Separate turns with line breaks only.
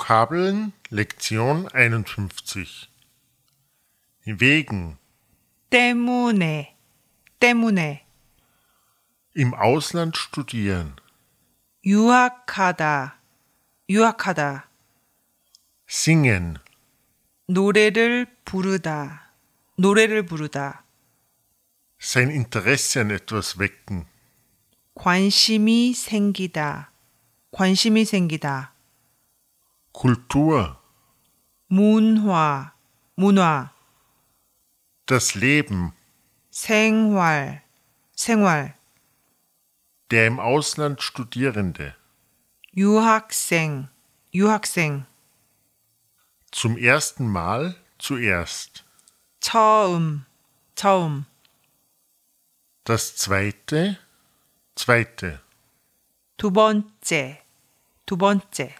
Vokabeln Lektion 51 Wegen
때문에, 때문에,
im Ausland studieren
유학하다, 유학하다,
singen
노래를 부르다, 노래를 부르다,
sein Interesse an etwas wecken
관심이 생기다, 관심이 생기다,
Kultur
문화, 문화,
das Leben
생활, 생활,
der im Ausland Studierende
유학생, 유학생,
zum ersten Mal zuerst
처음, 처음,
das zweite zweite
두 번째, 두 번째,